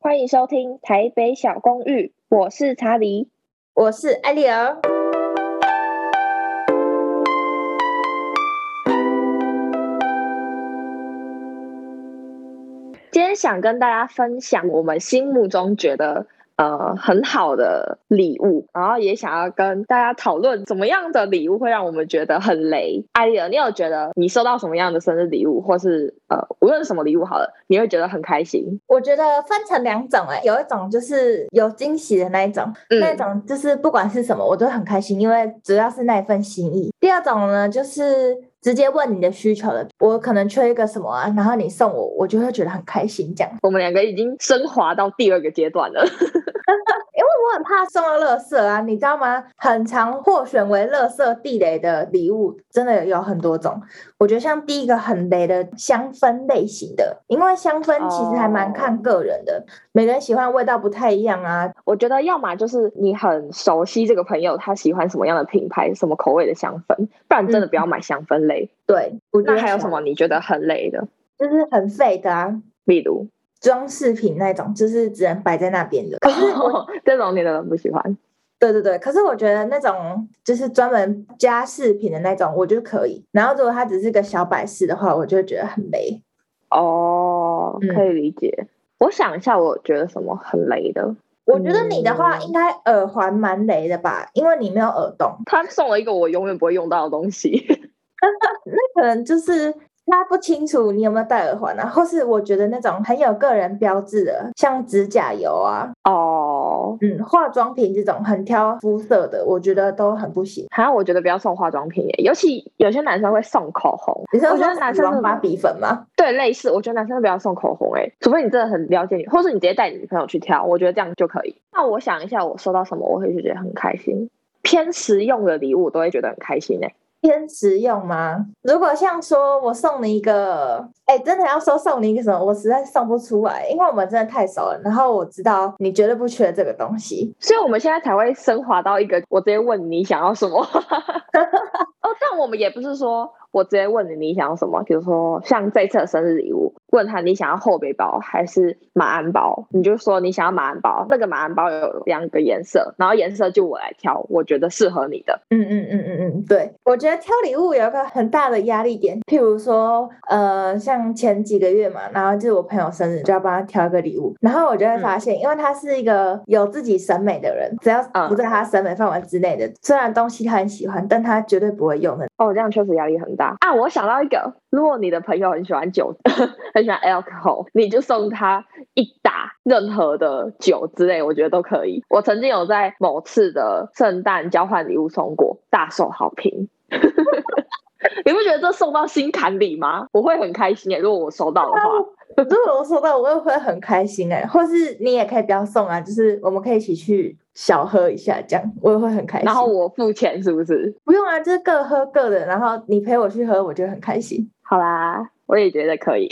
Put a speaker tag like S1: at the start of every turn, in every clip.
S1: 欢迎收听《台北小公寓》，我是查理。
S2: 我是艾丽儿。
S1: 今天想跟大家分享我们心目中觉得呃很好的礼物，然后也想要跟大家讨论怎么样的礼物会让我们觉得很雷。艾丽儿，你有觉得你收到什么样的生日礼物，或是呃无论什么礼物好了，你会觉得很开心？
S2: 我觉得分成两种、欸，哎，有一种就是有惊喜的那一种，
S1: 嗯
S2: 那种就是不管是什么，我都很开心，因为主要是那一份心意。第二种呢，就是直接问你的需求了，我可能缺一个什么啊，然后你送我，我就会觉得很开心这样，
S1: 我们两个已经升华到第二个阶段了。
S2: 因为我很怕送到垃圾啊，你知道吗？很常获选为垃圾地雷的礼物，真的有很多种。我觉得像第一个很雷的香氛类型的，因为香氛其实还蛮看个人的每个人喜欢的味道不太一样啊，
S1: 我觉得要么就是你很熟悉这个朋友，他喜欢什么样的品牌、什么口味的香氛，不然真的不要买香氛类。
S2: 对，我觉
S1: 那
S2: 得
S1: 还有
S2: 小
S1: 什么你觉得啊很累的？
S2: 就是很废的啊，
S1: 例 如，
S2: 装饰品那种，就是只能摆在那边的。可是我，
S1: 哦 这种你的不喜欢。
S2: 对对对，可是我觉得那种就是专门家饰品的那种，我就可以。然后如果它只是个小摆饰的话，我就会觉得很雷。
S1: 哦，
S2: 嗯
S1: 可以理解。我想一下，我觉得什么很雷的？
S2: 我觉得你的话
S1: 嗯
S2: 应该耳环蛮雷的吧，因为你没有耳洞，
S1: 他送了一个我永远不会用到的东西。
S2: 那可能就是他不清楚你有没有戴耳环啊，或是我觉得那种很有个人标志的，像指甲油啊，
S1: 哦，
S2: 嗯，化妆品这种很挑肤色的，我觉得都很不行。
S1: 好像我觉得不要送化妆品耶，尤其有些男生会送口红。
S2: 你是
S1: 我
S2: 说
S1: 觉得男
S2: 死
S1: 生
S2: 亡
S1: 真的
S2: 芭比粉吗？
S1: 对，类似，我觉得男生不要送口红、欸，除非你真的很了解你，或是你直接带你女朋友去挑，我觉得这样就可以。那我想一下，我收到什么我会觉得很开心，偏实用的礼物我都会觉得很开心诶、
S2: 偏实用吗？如果像说我送你一个，哎、真的要说送你一个什么，我实在送不出来，因为我们真的太熟了。然后我知道你绝对不缺这个东西，
S1: 所以我们现在才会升华到一个，我直接问你想要什么。哦，但我们也不是说我直接问你你想要什么，比如说像这次的生日礼物，问他你想要厚背包还是马鞍包，你就说你想要马鞍包，那个马鞍包有两个颜色，然后颜色就我来挑，我觉得适合你的。
S2: 嗯嗯嗯嗯嗯，对，我觉得挑礼物有一个很大的压力点，譬如说，呃，像前几个月嘛，然后就是我朋友生日，就要帮他挑一个礼物，然后我就会发现，因为他是一个有自己审美的人，只要
S1: 嗯
S2: 不在他审美范围之内的，虽然东西他很喜欢，但他绝对不会用的。
S1: 哦，这样确实压力很大啊！我想到一个，如果你的朋友很喜欢酒， 很喜欢 alcohol，你就送他一打任何的酒之类，我觉得都可以。我曾经有在某次的圣诞交换礼物送过，大受好评。 你不觉得这送到心坎里吗？我会很开心耶、欸如果我收到的话，
S2: 如果啊我收到，我也会很开心哎、或是你也可以不要送啊，就是我们可以一起去小喝一下，这样我也会很开心。
S1: 然后我付钱，是不是？
S2: 不用啊，就是各喝各的，然后你陪我去喝，我就很开心。
S1: 好啦，我也觉得可以。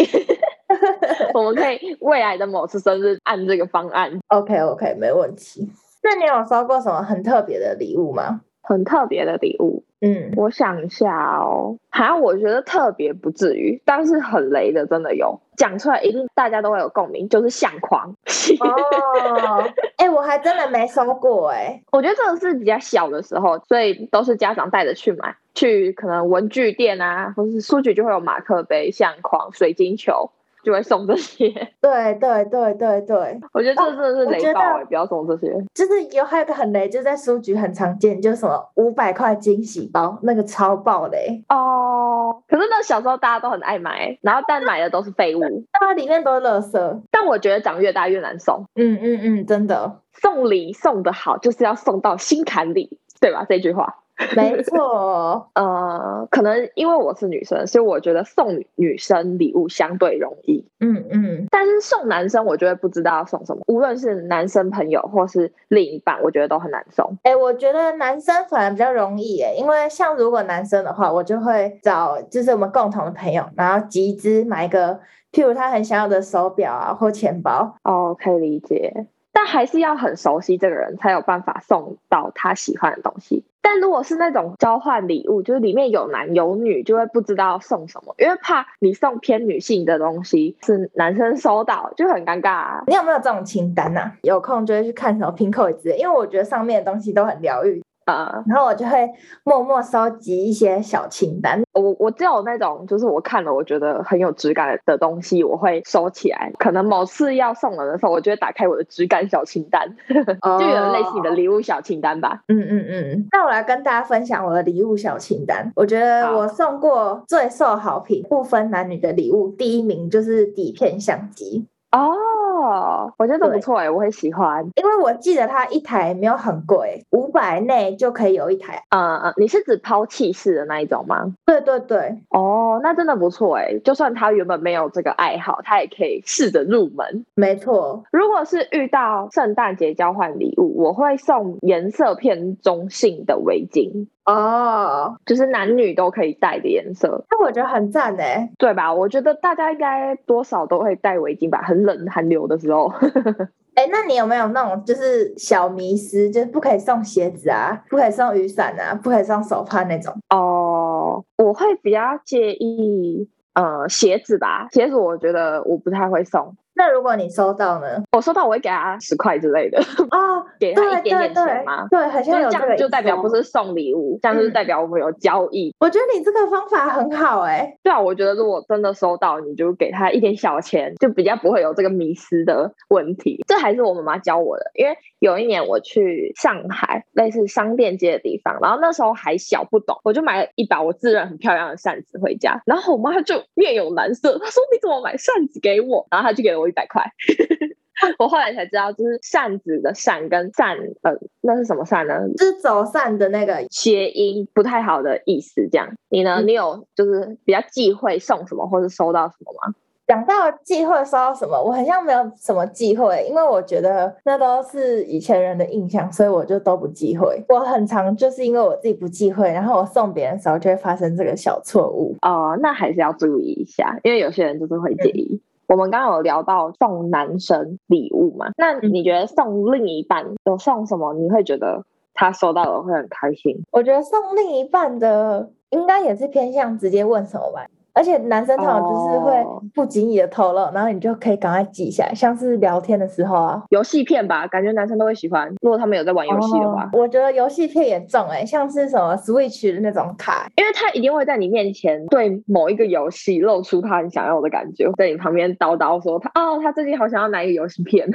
S1: 我们可以未来的某次生日按这个方案
S2: OK OK，没问题。那你有收过什么很特别的礼物吗？
S1: 很特别的礼物，
S2: 嗯，
S1: 我想一下哦，哈，我觉得特别不至于，但是很雷的真的有，讲出来一定大家都会有共鸣，就是相框。
S2: 哦，哎、我还真的没收过哎、
S1: 我觉得这个是比较小的时候，所以都是家长带着去买，去可能文具店啊，或是书局就会有马克杯、相框、水晶球，就会送这些。
S2: 对对对对对，
S1: 我觉得这真的是
S2: 哦我
S1: 雷
S2: 觉
S1: 爆、欸
S2: 得
S1: 不要送这些。
S2: 就是有还有一个很雷，就是在书局很常见，就是什么五百块惊喜包，那个超爆雷，
S1: 哦，可是那小时候大家都很爱买，欸然后但买的都是废物。
S2: 它里面都是垃圾。
S1: 但我觉得长越大越难送。
S2: 嗯嗯嗯，真的。
S1: 送礼送得好，就是要送到心坎里，对吧？这句话，
S2: 没错，哦
S1: 呃，可能因为我是女生，所以我觉得送女生礼物相对容易，
S2: 嗯嗯，
S1: 但是送男生，我觉得不知道要送什么，无论是男生朋友或是另一半，我觉得都很难送。
S2: 哎、我觉得男生反而比较容易耶，因为像如果男生的话，我就会找就是我们共同的朋友，然后集资买一个，譬如他很想要的手表啊或钱包，
S1: 哦，可以理解，但还是要很熟悉这个人，才有办法送到他喜欢的东西。但如果是那种交换礼物，就是里面有男有女，就会不知道送什么，因为怕你送偏女性的东西是男生收到，就很尴尬、啊。
S2: 你有没有这种清单呐、有空就会去看什么 Pinko 之类，因为我觉得上面的东西都很疗愈，
S1: 呃，
S2: 然后我就会默默收集一些小清单。
S1: 我我只有那种就是我看了我觉得很有质感的东西，我会收起来。可能某次要送人的时候，我就会打开我的质感小清单，
S2: 哦
S1: 就有类似你的礼物小清单吧。
S2: 嗯嗯嗯，那我来跟大家分享我的礼物小清单。我觉得
S1: 好
S2: 我送过最受好评、不分男女的礼物，第一名就是底片相机，
S1: 哦，我觉得这不
S2: 对
S1: 错哎、我会喜欢。
S2: 因为我记得它一台没有很贵，五百内就可以有一台。
S1: 呃呃，你是指抛弃式的那一种吗？
S2: 对对对，
S1: 哦，那真的不错哎、就算他原本没有这个爱好，他也可以试着入门。
S2: 没错，
S1: 如果是遇到圣诞节交换礼物，我会送颜色偏中性的围巾，
S2: 哦，
S1: 就是男女都可以戴的颜色，
S2: 那我觉得很赞哎。
S1: 对吧？我觉得大家应该多少都会戴围巾吧，很冷寒流的时候。
S2: 哎，那你有没有那种就是小迷失，就是不可以送鞋子啊，不可以送雨伞啊，不可以送手帕那种？
S1: 哦，我会比较介意呃鞋子吧，鞋子我觉得我不太会送。
S2: 那如果你收到呢？
S1: 我收到我会给他十块之类的，
S2: 哦，
S1: 给他
S2: 对
S1: 一点
S2: 对
S1: 点
S2: 对
S1: 钱吗？，
S2: 对，好
S1: 就
S2: 像
S1: 是
S2: 有
S1: 这
S2: 这个
S1: 样就
S2: 意
S1: 代表
S2: 思
S1: 不
S2: 哦。
S1: 是送礼物，这样就是
S2: 嗯
S1: 代表我们有交易。
S2: 我觉得你这个方法很好哎、
S1: 对啊，我觉得如果真的收到，你就给他一点小钱，就比较不会有这个迷失的问题。这还是我妈妈教我的，因为有一年我去上海类似商店街的地方，然后那时候还小不懂，我就买了一把我自认很漂亮的扇子回家，然后我妈就面有难色，她说你怎么买扇子给我？然后她就给了我一百块。 我后来才知道，就是扇子的扇跟扇，呃，那是什么扇呢？
S2: 就是走散的那个
S1: 谐音不太好的意思。这样，你呢？
S2: 嗯
S1: 你有就是比较忌讳送什么，或是收到什么吗？
S2: 讲到忌讳收到什么，我好像没有什么忌讳，因为我觉得那都是以前人的印象，所以我就都不忌讳。我很常就是因为我自己不忌讳，然后我送别人的时候就会发生这个小错误。
S1: 哦、那还是要注意一下，因为有些人就是会介意。我们刚刚有聊到送男生礼物嘛，那
S2: 嗯
S1: 你觉得送另一半有送什么，你会觉得他收到了会很开心？
S2: 我觉得送另一半的应该也是偏向直接问什么吧。而且男生通常就是会
S1: 哦
S2: 不经意的透露然后你就可以赶快记下来，像是聊天的时候啊，
S1: 游戏片吧，感觉男生都会喜欢。如果他们有在玩游戏的话
S2: 哦，我觉得游戏片也重哎、像是什么 Switch 的那种卡，
S1: 因为他一定会在你面前对某一个游戏露出他很想要的感觉，在你旁边叨叨说他哦，他最近好想要哪一个游戏片。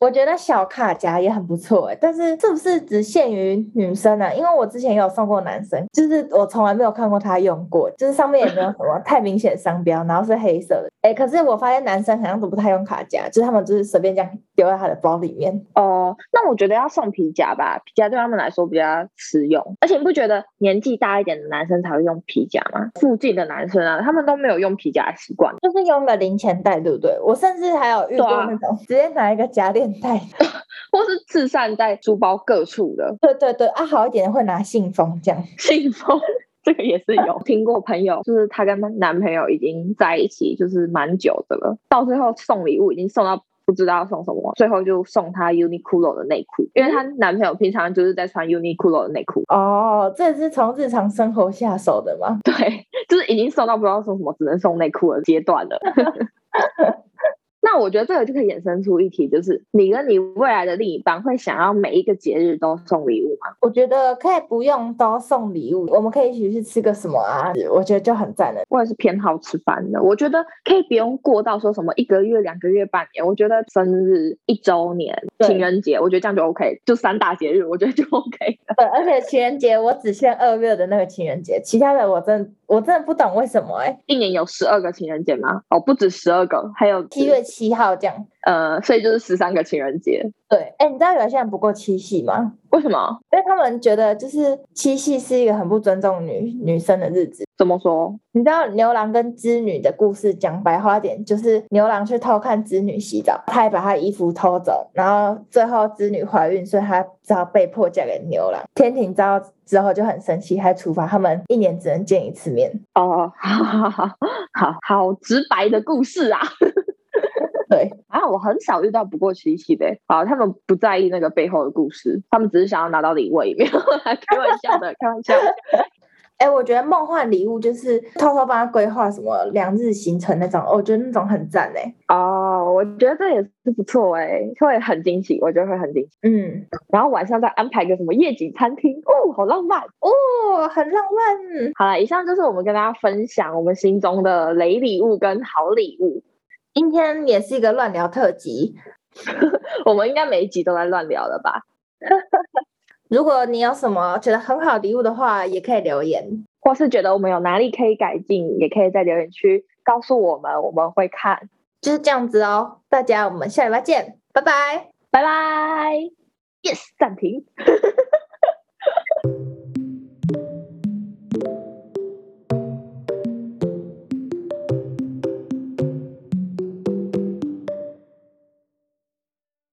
S2: 我觉得小卡夹也很不错哎、但是是不是只限于女生呢、啊？因为我之前有送过男生，就是我从来没有看过他用过，就是上面也没有什么太明显的商标，然后是黑色的。哎、可是我发现男生好像都不太用卡夹，就是他们就是随便这样丢在他的包里面。
S1: 哦，那我觉得要送皮夹吧，皮夹对他们来说比较实用，而且你不觉得年纪大一点的男生才会用皮夹吗？附近的男生啊，他们都没有用皮夹的习惯。
S2: 就是用个零钱袋，对不对？我甚至还有遇过
S1: 对啊
S2: 那种、直接拿一个夹链袋，
S1: 或是自散在书包各处的
S2: 对对对，啊，好一点的会拿信封这样。
S1: 信封。这个也是有听过朋友，就是她跟她男朋友已经在一起，就是蛮久的了，到最后送礼物已经送到不知道送什么，最后就送她 Uniqlo 的内裤，因为她男朋友平常就是在穿 Uniqlo 的内裤，
S2: 哦，这是从日常生活下手的吗？
S1: 对， 就是已经送到不知道送什么，只能送内裤的阶段了。 那我觉得这个就可以衍生出一题，就是你跟你未来的另一半会想要每一个节日都送礼物吗？
S2: 我觉得可以不用都送礼物，我们可以一起去吃个什么啊？我觉得就很赞了。
S1: 我也是偏好吃饭的，我觉得可以不用过到说什么一个月、两个月、半年，我觉得生日、一周年、
S2: 对
S1: 情人节，我觉得这样就 OK，就三大节日，我觉得就 OK 了。
S2: 对，呃而且情人节我只限二月的那个情人节，其他的我真我真的不懂为什么哎、
S1: 一年有十二个情人节吗？哦，不止十二个，还有
S2: 七月七号这样。
S1: 呃，所以就是十三个情人节。
S2: 对，哎，你知道有些人不过七夕吗？
S1: 为什么？
S2: 因为他们觉得就是七夕是一个很不尊重女女生的日子。
S1: 怎么说？
S2: 你知道牛郎跟织女的故事讲白话点，就是牛郎去偷看织女洗澡，他还把她衣服偷走，然后最后织女怀孕，所以他只好被迫嫁给牛郎。天庭知道之后就很生气，还处罚他们一年只能见一次面。
S1: 哦，好好好好好好直白的故事啊！
S2: 对，
S1: 啊，我很少遇到不过期期的，啊，他们不在意那个背后的故事，他们只是想要拿到礼物而已，没 有啦开玩笑的，开玩笑。
S2: 哎、我觉得梦幻礼物就是偷偷帮他规划什么两日行程那种，哦我觉得那种很赞哎。
S1: 哦，我觉得这也是不错哎、会很惊喜，我觉得会很惊喜。
S2: 嗯，
S1: 然后晚上再安排个什么夜景餐厅，哦，好浪漫。
S2: 哦，很浪漫。
S1: 好了，以上就是我们跟大家分享我们心中的雷礼物跟好礼物。
S2: 今天也是一个乱聊特辑，
S1: 我们应该每一集都在乱聊了吧？
S2: 如果你有什么觉得很好的礼物的话，也可以留言。
S1: 或是觉得我们有哪里可以改进，也可以在留言区告诉我们，我们会看。
S2: 就是这样子哦，大家我们下礼拜见，拜拜。
S1: 拜拜，yes，暂停。